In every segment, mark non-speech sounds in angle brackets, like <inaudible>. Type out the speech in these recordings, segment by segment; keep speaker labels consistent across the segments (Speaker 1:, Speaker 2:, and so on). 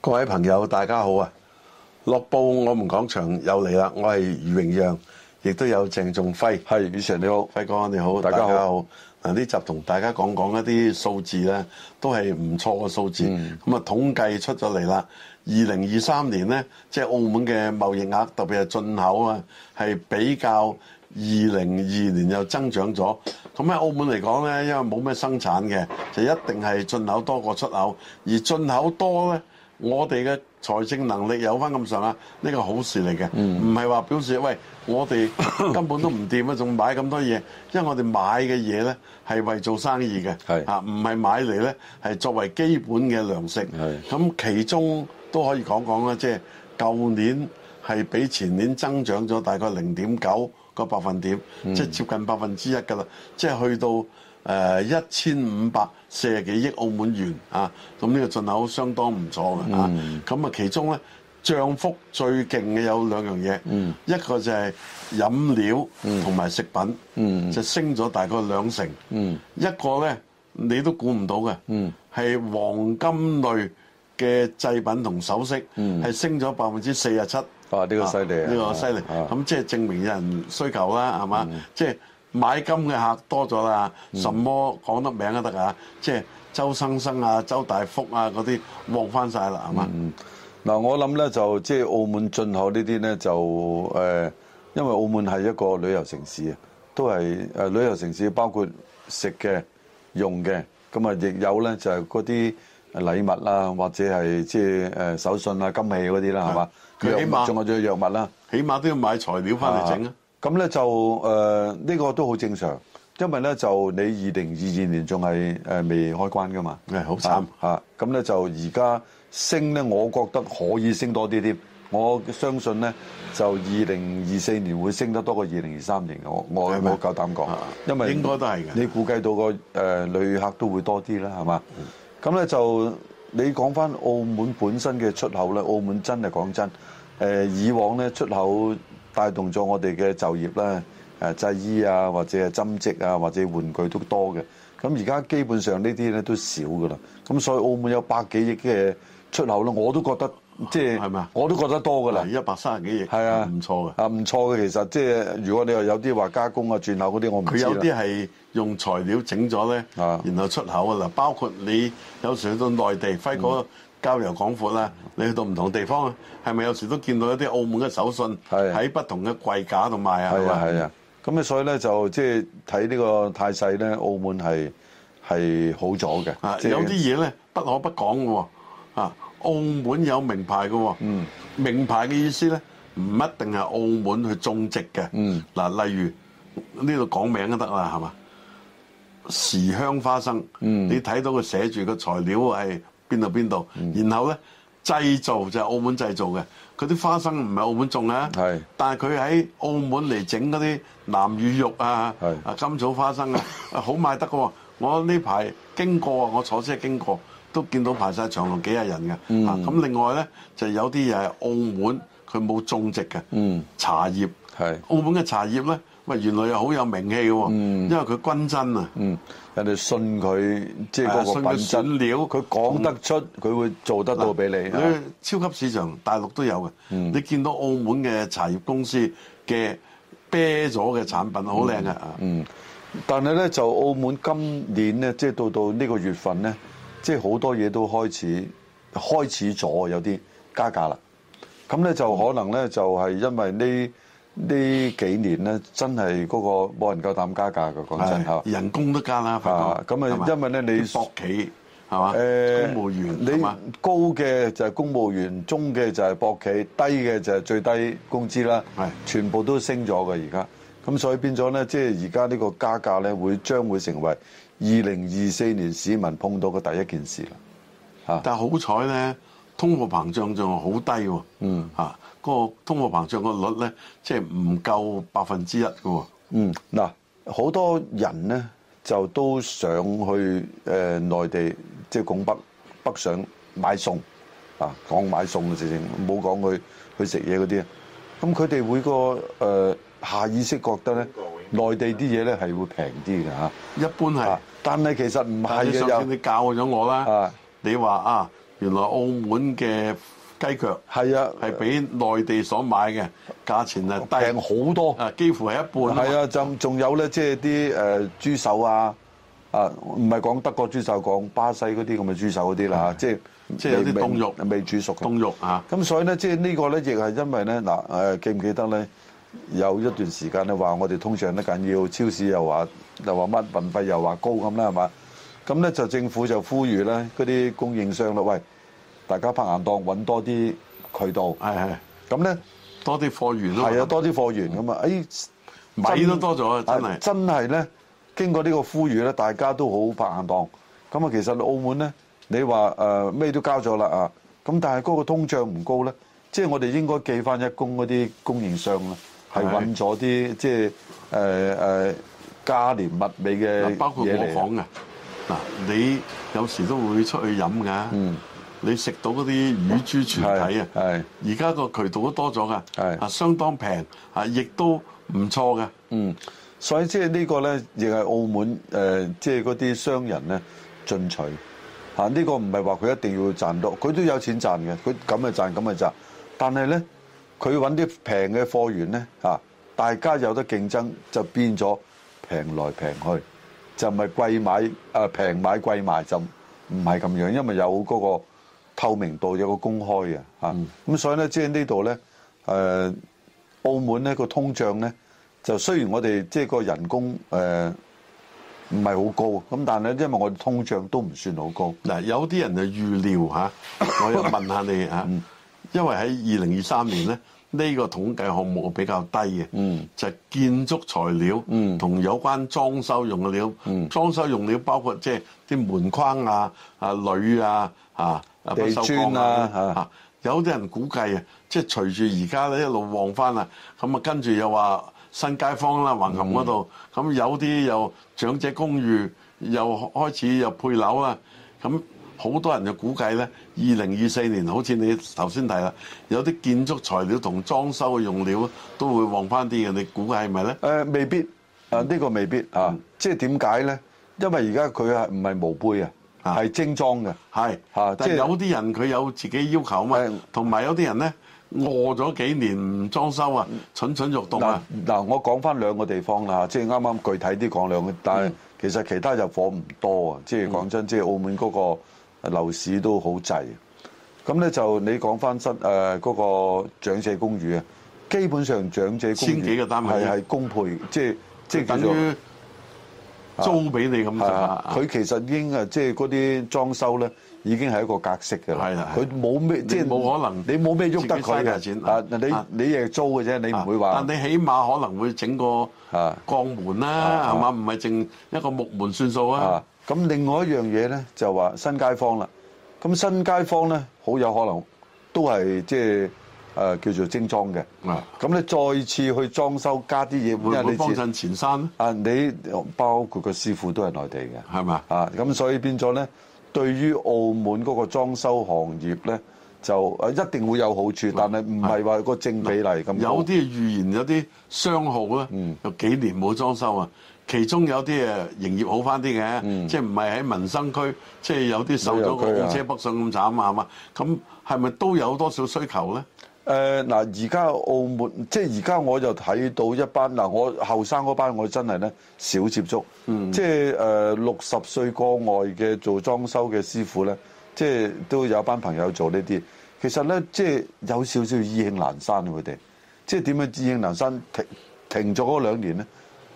Speaker 1: 各位朋友，大家好啊！樂報我們講場有你啦，我係余榮讓，亦都有鄭仲輝。
Speaker 2: 係，宇成你好，
Speaker 1: 輝哥你好，
Speaker 2: 大家好
Speaker 1: 嗱，呢集同大家講講一啲數字咧，都係唔錯嘅數字。咁
Speaker 2: 嗯
Speaker 1: 啊、統計出咗嚟啦，二零二三年咧，即係澳門嘅貿易額，特別係進口啊，係比較二零二年又增長咗。咁喺澳門嚟講咧，因為冇咩生產嘅，就一定係進口多過出口。而進口多咧，我哋嘅財政能力有翻咁上下，呢個好事嚟嘅，唔係話表示喂我哋根本都唔掂啊，仲買咁多嘢，因為我哋買嘅嘢呢係為做生意嘅，
Speaker 2: 係
Speaker 1: 啊唔係買嚟呢係作為基本嘅糧食。
Speaker 2: 係
Speaker 1: 咁其中都可以講講啦，即係舊年係比前年增長咗大概零點九個百分點，即係接近百分之一㗎啦，即係去到。誒一千五百四十幾億澳門元啊！咁呢個進口相當唔錯嘅啊！咁啊，其中咧漲幅最勁嘅有兩樣嘢，一個就係飲料同埋食品，就升咗大概兩成。一個咧你都估唔到嘅，
Speaker 2: 嗯
Speaker 1: 係黃金類嘅製品同首飾，係升咗百分之四十七。
Speaker 2: 嗯啊！呢個犀利啊！
Speaker 1: 呢個犀利。
Speaker 2: 啊嗯
Speaker 1: 咁即係證明有人需求啦，係嘛？即係買金嘅客多咗啦，什麼講得名都得啊！即係周生生啊、周大福啊嗰啲旺翻晒啦，係嘛？
Speaker 2: 嗯嗱，我諗咧就即係澳門進口呢啲咧就誒、呃因為澳門係一個旅遊城市啊，都係誒、呃旅遊城市，包括食嘅、用嘅，咁啊亦有咧就係嗰啲禮物啦，或者係即係誒手信啊、金器嗰啲啦，係嘛？
Speaker 1: 佢起碼
Speaker 2: 藥物仲有仲有藥物啦。
Speaker 1: 起碼都要買材料翻嚟整啊！
Speaker 2: 咁咧就呃誒呢、個都好正常，因為咧就你二零二二年仲係誒未開關噶嘛，
Speaker 1: 係好慘
Speaker 2: 啊啊咁咧就而家升咧，我覺得可以升多啲添。我相信咧就二零二四年會升得多過二零二三年嘅，我我
Speaker 1: 係咪
Speaker 2: 我夠膽講
Speaker 1: 啊，
Speaker 2: 因為
Speaker 1: 應該都係嘅
Speaker 2: 你估計到個誒、呃旅客都會多啲啦，係嘛？咁咧就你講翻澳門本身嘅出口咧，澳門真係講真，誒、呃以往咧出口帶動咗我哋嘅就業啦，誒製衣啊，或者係針織啊，或者玩具都多嘅。咁而家基本上呢啲咧都少噶啦。咁所以澳門有百幾億嘅出口咧，我都覺得即係
Speaker 1: 係咪啊
Speaker 2: 我都覺得多噶啦
Speaker 1: 嗱，。一百三十幾億，
Speaker 2: 係啊，
Speaker 1: 唔錯嘅。
Speaker 2: 啊，唔錯嘅，其實即係如果你話有啲話加工啊、轉口嗰啲，我唔
Speaker 1: 佢
Speaker 2: 知啦
Speaker 1: 有啲係用材料整咗咧，
Speaker 2: 啊
Speaker 1: 然後出口啊嗱，包括你有時去到內地，輝
Speaker 2: 嗯
Speaker 1: 哥交遊廣闊啦，你去到唔同地方啊，係咪有時都見到一啲澳門嘅手信
Speaker 2: 係
Speaker 1: 喺不同嘅櫃架度賣啊？
Speaker 2: 係啊
Speaker 1: 係
Speaker 2: 係
Speaker 1: 嘛
Speaker 2: 啊，咁啊所以咧就即係睇呢個態勢咧，澳門係係好咗
Speaker 1: 啊
Speaker 2: 嘅，，即係
Speaker 1: 有啲嘢咧不可不講嘅喎，啊，澳門有名牌嘅喎，嗯，名牌嘅意思咧唔一定係澳門去種植嘅，
Speaker 2: 嗯，
Speaker 1: 嗱，例如呢度講名都得啦，係嘛？時香花生，嗯，你睇到佢寫住個材料係邊度邊度，
Speaker 2: 嗯
Speaker 1: 然後咧製造就係澳門製造嘅，佢啲花生唔係澳門種啊，
Speaker 2: 係
Speaker 1: 但係佢喺澳門嚟整嗰啲南乳肉啊
Speaker 2: 係，
Speaker 1: 啊甘草花生啊， <laughs> 啊好賣得嘅喎。我呢排經過啊，我坐車經過都見到排晒長龍幾廿人嘅。
Speaker 2: 嗯
Speaker 1: 啊咁另外咧就有啲嘢係澳門佢冇種植嘅，
Speaker 2: 嗯
Speaker 1: 茶葉
Speaker 2: 係
Speaker 1: 澳門嘅茶葉咧，喂原來又好有名氣嘅喎，因為佢均真啊。
Speaker 2: 嗯，人哋信佢即係嗰個
Speaker 1: 啊
Speaker 2: 品
Speaker 1: 信佢選
Speaker 2: 質
Speaker 1: 料
Speaker 2: 佢講得出，佢會做得到俾你。啊嗯
Speaker 1: 你去超級市場大陸都有嘅，你見到澳門嘅茶葉公司嘅啤咗嘅產品好靚嘅啊！
Speaker 2: 嗯，但係咧就澳門今年咧，即係到到呢個月份咧，即係好多嘢都開始開始咗有啲加價啦。咁咧就可能咧就係因為呢呢幾年咧，真係嗰個冇人夠膽加價嘅，講真嚇
Speaker 1: 係。人工都加啦，發覺
Speaker 2: 咁啊
Speaker 1: 係嘛
Speaker 2: 因為咧你
Speaker 1: 啲博企係嘛，
Speaker 2: 誒
Speaker 1: 公務員係
Speaker 2: 你
Speaker 1: 嘛，
Speaker 2: 高嘅就係公務員，中嘅就係博企，低嘅就係最低工資啦。
Speaker 1: 係
Speaker 2: 全部都升咗嘅而家，咁所以變咗咧，即係而家呢個加價咧，會將會成為二零二四年市民碰到嘅第一件事啦。
Speaker 1: 但係好彩咧，通貨膨脹仲係好低喎。嗯，嚇嗰個通貨膨脹個率咧，即係唔夠百分之一嘅喎。
Speaker 2: 嗯，嗱，好多人咧就都想去誒、呃、內地，即係拱北北上買餸啊，講買餸嘅事情，冇講去去食嘢嗰啲啊。咁佢哋會個誒、呃下意識覺得咧，內地啲嘢咧係會平啲嘅嚇。
Speaker 1: 啊一般係
Speaker 2: 啊，但係其實唔
Speaker 1: 但
Speaker 2: 係
Speaker 1: 係你上次
Speaker 2: 嘅
Speaker 1: 你教咗我啦
Speaker 2: 啊，
Speaker 1: 你話啊原來澳門嘅雞腳
Speaker 2: 係啊，
Speaker 1: 係比內地所買嘅價錢啊低
Speaker 2: 平好多。
Speaker 1: 啊，幾乎係一半。
Speaker 2: 係，啊，就仲有咧，即係啲誒豬手啊，啊唔係講德國豬手，講巴西嗰啲咁嘅豬手嗰啲啦，即係
Speaker 1: 嗯即係有啲
Speaker 2: 未未
Speaker 1: 凍肉
Speaker 2: 未煮熟嘅。
Speaker 1: 凍肉啊，
Speaker 2: 咁所以咧，即係呢個咧，亦係因為咧，嗱誒記唔記得咧？有一段時間咧話我哋通脹得緊要，超市又話又話乜運費又話高咁啦，係嘛？咁咧就政府就呼籲咧嗰啲供應商啦，喂，大家拍硬檔揾多啲渠道，
Speaker 1: 係係
Speaker 2: 咁咧
Speaker 1: 多啲貨源咯。
Speaker 2: 係啊多啲貨源咁啊，誒
Speaker 1: 米都多咗啊，真
Speaker 2: 啊
Speaker 1: 係。
Speaker 2: 真係咧，經過呢個呼籲咧，大家都好拍硬檔。咁啊，其實澳門咧，你話誒咩都交咗啦啊，咁但係嗰個通脹唔高咧，即係我哋應該記翻一供嗰啲供應商啦，係
Speaker 1: 係
Speaker 2: 揾咗啲即係呃誒誒價廉物美嘅
Speaker 1: 嗱，包括我
Speaker 2: 呃嘢嚟啊
Speaker 1: 講嘅嗱，你有時都會出去飲㗎。你食到嗰啲乳豬全體啊，
Speaker 2: 嗯係係
Speaker 1: 而家個渠道都多咗㗎，
Speaker 2: 係
Speaker 1: 啊相當平啊，亦都唔錯㗎。
Speaker 2: 嗯，所以即係呢個咧，亦係澳門誒、呃即係嗰啲商人咧進取啊嚇。呢、個唔係話佢一定要賺多，佢都有錢賺嘅，佢咁咪賺，咁咪賺。但係咧，佢揾啲平嘅貨源咧嚇、啊大家有得競爭，就變咗平來平去，就唔係貴買誒、呃平買貴賣就唔係咁樣，因為有嗰、個。透明度有個公開嘅嚇，咁、所以咧，即係呢度咧，誒、澳門咧個通脹咧，就雖然我哋即係個人工誒唔係好高，咁但係咧，因為我哋通脹都唔算好高，
Speaker 1: 嗱，有啲人就預料
Speaker 2: <laughs>
Speaker 1: 嚇，我又問下你嚇，
Speaker 2: 嗯
Speaker 1: 因為喺二零二三年咧，呢、個統計項目比較低嘅，
Speaker 2: 嗯
Speaker 1: 就係建築材料同有關裝修用嘅料，
Speaker 2: 嗯
Speaker 1: 裝修用料包括即係啲門框啊、啊鋁啊、啊啊不
Speaker 2: 地
Speaker 1: 鏽鋼
Speaker 2: 磚啊嚇
Speaker 1: 啊有啲人估計啊，即係隨住而家咧一路旺翻啊，咁啊跟住又話新街坊啦、橫琴嗰度，咁、有啲又長者公寓又開始又配樓啦，咁好多人就估計咧，二零二四年好似你頭先提啦，有啲建築材料同裝修嘅用料都會旺翻啲嘅，你估計係咪咧
Speaker 2: 誒、？呃未必啊，呢、個未必啊，即係點解咧？因為而家佢係唔係無杯啊，
Speaker 1: 啊
Speaker 2: 係精裝嘅，
Speaker 1: 係
Speaker 2: 啊，
Speaker 1: 但
Speaker 2: 即係
Speaker 1: 有啲人佢有自己要求啊
Speaker 2: 係
Speaker 1: 嘛，同埋有啲人咧餓咗幾年唔裝修啊，蠢蠢欲動
Speaker 2: 嗱
Speaker 1: 啊，
Speaker 2: 嗱，我講翻兩個地方啦，即係啱啱具體啲講兩個，但
Speaker 1: 嗯
Speaker 2: 係其實其他入伙唔多啊，即係講真，即係澳門嗰個樓市都好滯。咁咧就你講翻新誒嗰個長者公寓啊，基本上長者公寓
Speaker 1: 千幾個單位
Speaker 2: 係係公配，即係即
Speaker 1: 即
Speaker 2: 係
Speaker 1: 係
Speaker 2: 叫
Speaker 1: 等
Speaker 2: 做
Speaker 1: 於租俾你咁
Speaker 2: 係
Speaker 1: 就
Speaker 2: 啊
Speaker 1: 啊
Speaker 2: 佢其實已經啊，即係嗰啲裝修咧已經係一個格式㗎啦。
Speaker 1: 係啦係
Speaker 2: 佢冇咩即係
Speaker 1: 冇可能
Speaker 2: 你冇咩喐得佢
Speaker 1: 自己嘥
Speaker 2: 嘅
Speaker 1: 大
Speaker 2: 啊！
Speaker 1: 錢啊
Speaker 2: 你你亦係租嘅啫，你唔會話
Speaker 1: 啊但你起碼可能會整個
Speaker 2: 啊
Speaker 1: 鋼門
Speaker 2: 啊
Speaker 1: 啦，係嘛？唔係淨一個木門算數啊
Speaker 2: 啊！，咁另外一樣嘢咧就話新街坊啦。咁新街坊咧好有可能都係即係誒叫做精裝嘅。
Speaker 1: 啊
Speaker 2: 咁咧再次去裝修加啲嘢，因
Speaker 1: 會
Speaker 2: 為
Speaker 1: 唔會
Speaker 2: 你
Speaker 1: 幫
Speaker 2: 知
Speaker 1: 襯前山咧？
Speaker 2: 啊，你包括個師傅都係內地嘅。
Speaker 1: 係嘛？
Speaker 2: 啊，咁所以變咗咧，對於澳門嗰個裝修行業咧，就誒一定會有好處，但係唔係話個正比例咁嗯高
Speaker 1: 有啲預言有啲商號咧，有幾年冇裝修啊。其中有啲誒營業好翻啲嘅，即係唔係喺民生區，即係有啲受咗
Speaker 2: 嗯旅遊區
Speaker 1: 個
Speaker 2: 啊
Speaker 1: 澳車北上咁慘啊係嘛？咁係咪都有多少需求咧？
Speaker 2: 誒呃嗱，而家澳門即係而家我就睇到一班嗱，我後生嗰班我真係咧少接觸，即係誒六十歲過外嘅做裝修嘅師傅咧，即係都有班朋友做呢啲。其實咧，即係有少少意興闌珊啊佢哋，即係點樣意興闌珊停停咗嗰兩年咧，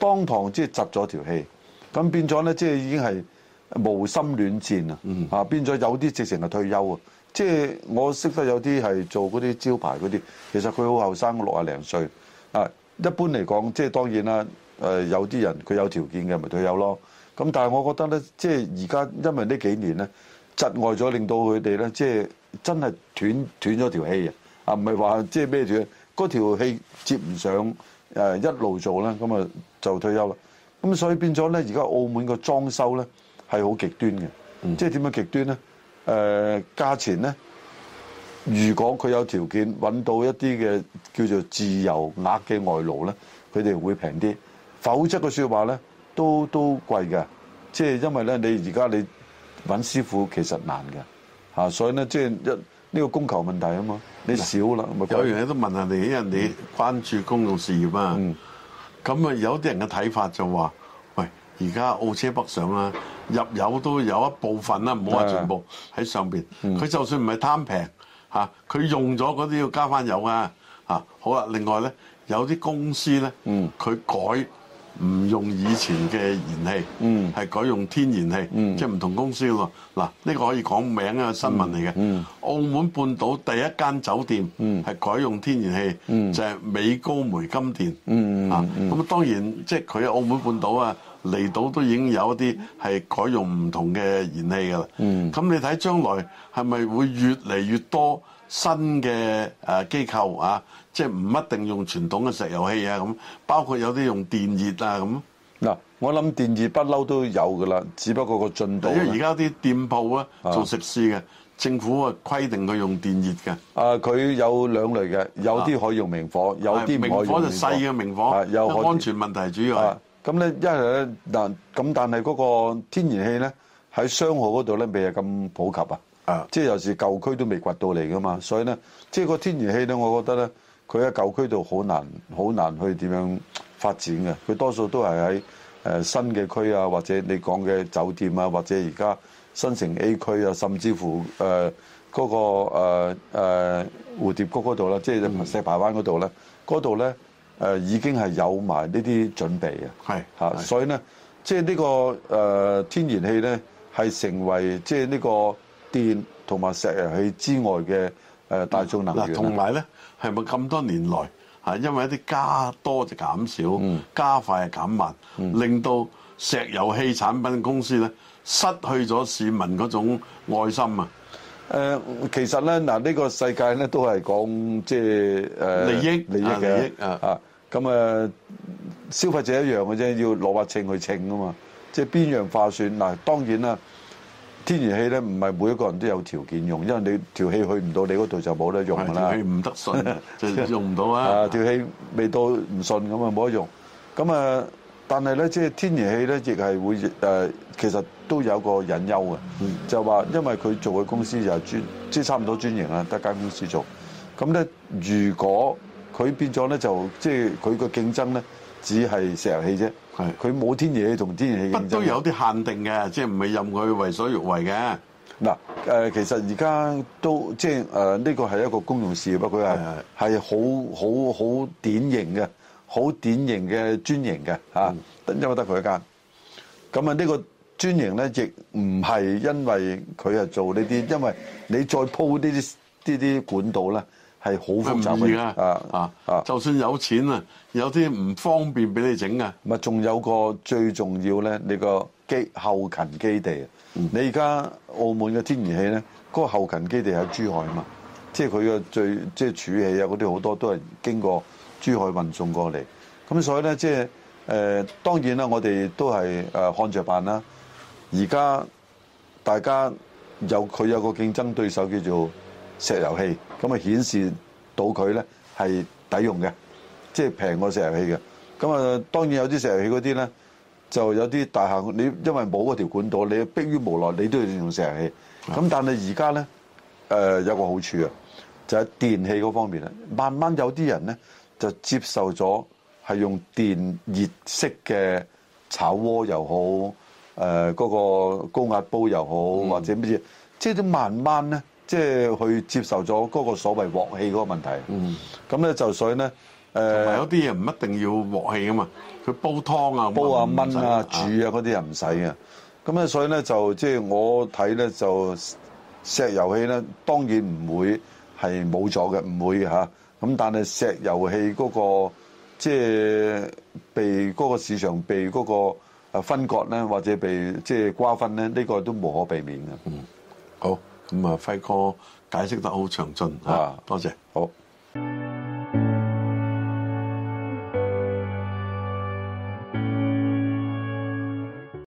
Speaker 2: 當堂即係窒咗條氣，咁變咗咧即係已經係無心戀戰啊！啊，變咗有啲直情係退休啊！即係我識得有啲係做嗰啲招牌嗰啲，其實佢好後生，六啊零歲啊。一般嚟講，即係當然啦，誒有啲人佢有條件嘅咪退休咯。咁但係我覺得咧，即係而家因為呢幾年咧，窒礙咗令到佢哋咧，即係真係斷斷咗條氣啊！啊，唔係話即係咩斷，嗰條氣接唔上誒一路做咧，咁啊就退休啦。咁所以變咗咧，而家澳門個裝修咧係好極端嘅，即係點樣極端咧？誒、價錢咧，如果佢有條件揾到一啲嘅叫做自由額嘅外勞咧，佢哋會平啲；否則嘅説話咧，都都貴嘅。即係因為咧，你而家你揾師傅其實難嘅。嚇，所以咧即係一呢個供求問題啊嘛，你少啦，咪貴
Speaker 1: 有樣嘢都問下你，因為
Speaker 2: 嗯
Speaker 1: 你關注公共事業啊。咁啊，有啲人嘅睇法就話：，喂，而家澳車北上啦，入油都有一部分啦，唔好話全部喺上邊。佢就算唔係貪平嚇，佢用咗嗰啲要加翻油啊。啊，好啦，另外咧，有啲公司咧，佢改唔用以前嘅燃氣，
Speaker 2: 嗯
Speaker 1: 係改用天然氣，即係唔同公司喎。嗱，呢個可以講名啊，新聞嚟嘅。澳門半島第一間酒店係改用天然氣，就係美高梅金殿。
Speaker 2: 嗯
Speaker 1: 啊，咁當然即係佢喺澳門半島啊、離島都已經有一啲係改用唔同嘅燃氣㗎啦。
Speaker 2: 嗯
Speaker 1: 咁你睇將來係咪會越嚟越多新嘅誒機構啊？即係唔一定用傳統嘅石油氣啊咁，包括有啲用電熱啊咁。
Speaker 2: 嗱，我諗電熱不嬲都有噶啦，只不過個進度
Speaker 1: 因
Speaker 2: 呢。
Speaker 1: 為而家啲店鋪啊
Speaker 2: 啊
Speaker 1: 做食肆嘅，政府啊規定佢用電熱嘅。
Speaker 2: 啊，佢有兩類嘅，有啲可以用明火，有啲唔
Speaker 1: 啊
Speaker 2: 可以
Speaker 1: 明
Speaker 2: 用
Speaker 1: 火就細嘅明火，
Speaker 2: 啊有可以
Speaker 1: 安全問題主要係
Speaker 2: 啊。咁咧，因為咧嗱，咁但係嗰個天然氣咧喺商號嗰度咧未係咁普及啊。
Speaker 1: 啊
Speaker 2: 即係有時舊區都未掘到嚟噶嘛，所以咧，即係個天然氣咧，我覺得咧，佢喺舊區度好難好難去點樣發展嘅，佢多數都係喺誒新嘅區啊，或者你講嘅酒店啊，或者而家新城 A 區啊，甚至乎誒嗰、個誒、呃呃蝴蝶谷嗰度啦，即係石排灣嗰度咧，嗰度咧誒已經係有埋呢啲準備嘅。
Speaker 1: 係
Speaker 2: 嚇，
Speaker 1: 係
Speaker 2: 所以咧，即係呢個誒、呃天然氣咧，係成為即係呢個電同埋石油氣之外嘅誒、呃大眾能
Speaker 1: 嗱，
Speaker 2: 源。
Speaker 1: 同埋咧，係咪咁多年來啊？因為一啲加多就減少，加快就減慢，令到石油氣產品公司咧失去咗市民嗰種愛心啊！
Speaker 2: 誒、其實咧，嗱、呢個世界咧都係講即係誒、呃
Speaker 1: 利益
Speaker 2: 利益
Speaker 1: 啊
Speaker 2: 嘅
Speaker 1: 利益啊
Speaker 2: 啊，咁誒、呃消費者一樣嘅啫，要攞把秤去稱噶嘛，即係邊樣化算嗱、當然啦，天然氣咧唔係每一個人都有條件用，因為你條氣去唔到你嗰度就冇得用㗎啦
Speaker 1: 條氣。唔得
Speaker 2: <laughs>
Speaker 1: 順就用唔到
Speaker 2: 啊
Speaker 1: 啊！
Speaker 2: 條氣味道唔順咁啊冇得用。咁啊，但係咧即係天然氣咧，亦係會誒、呃其實都有個隱憂嘅，
Speaker 1: 嗯
Speaker 2: 就話因為佢做嘅公司就係專，即係差唔多專營啦，得間公司做。咁咧，如果佢變咗咧，就即係佢個競爭咧，只係石油氣啫
Speaker 1: 係，
Speaker 2: 佢冇天然氣同天然氣
Speaker 1: 不
Speaker 2: 競爭。啊
Speaker 1: 都有啲限定嘅，即係唔係任佢為所欲為嘅。
Speaker 2: 嗱，誒其實而家都即係誒呢個係一個公用事業啊，佢係係好好好典型嘅，好典型嘅專營嘅嚇，得因為得佢一間。咁啊，呢個專營咧，亦唔係因為佢係做呢啲，因為你再鋪呢啲呢啲管道咧，係好複雜
Speaker 1: 唔易
Speaker 2: 嘅
Speaker 1: 㗎
Speaker 2: 啊
Speaker 1: 啊！
Speaker 2: 啊！
Speaker 1: 就算有錢啊，有啲唔方便俾你整啊！
Speaker 2: 咪仲有個最重要咧，你個基後勤基地啊！你而家澳門嘅天然氣咧，嗰、個後勤基地喺珠海啊嘛，即係佢嘅最即係儲氣啊嗰啲好多都係經過珠海運送過嚟，咁所以咧即係誒、呃、當然啦，我哋都係誒看着辦啦。而家大家有佢有個競爭對手叫做石油氣，咁啊顯示到佢咧係抵用嘅，即係平過石油氣嘅。咁啊當然有啲石油氣嗰啲咧，就有啲大廈你因為冇嗰條管道，你迫於無奈你都要用石油氣。咁但係而家咧誒有個好處啊，就係電氣嗰方面啊，慢慢有啲人咧就接受咗係用電熱式嘅炒鍋又好。呃誒嗰、個高壓煲又好，
Speaker 1: 嗯
Speaker 2: 或者乜嘢，即係都慢慢咧，即係去接受咗嗰個所謂鑊氣嗰個問題。咁咧就所以咧，呃誒、
Speaker 1: 嗯同埋有啲嘢唔一定要鑊氣啊嘛，佢煲湯啊、
Speaker 2: 煲啊、
Speaker 1: 唔使
Speaker 2: 炆啊、煮啊嗰啲又唔使嘅。咁咧所以咧就即係我睇咧就石油氣咧，當然唔會係冇咗嘅，唔會嘅嚇。咁但係石油氣嗰、個即係被嗰個市場被嗰個誒分割咧，或者被即係瓜分咧，呢、個都無可避免嘅。
Speaker 1: 好，咁啊，輝哥解釋得好詳盡
Speaker 2: 啊
Speaker 1: 啊，多謝。
Speaker 2: 好。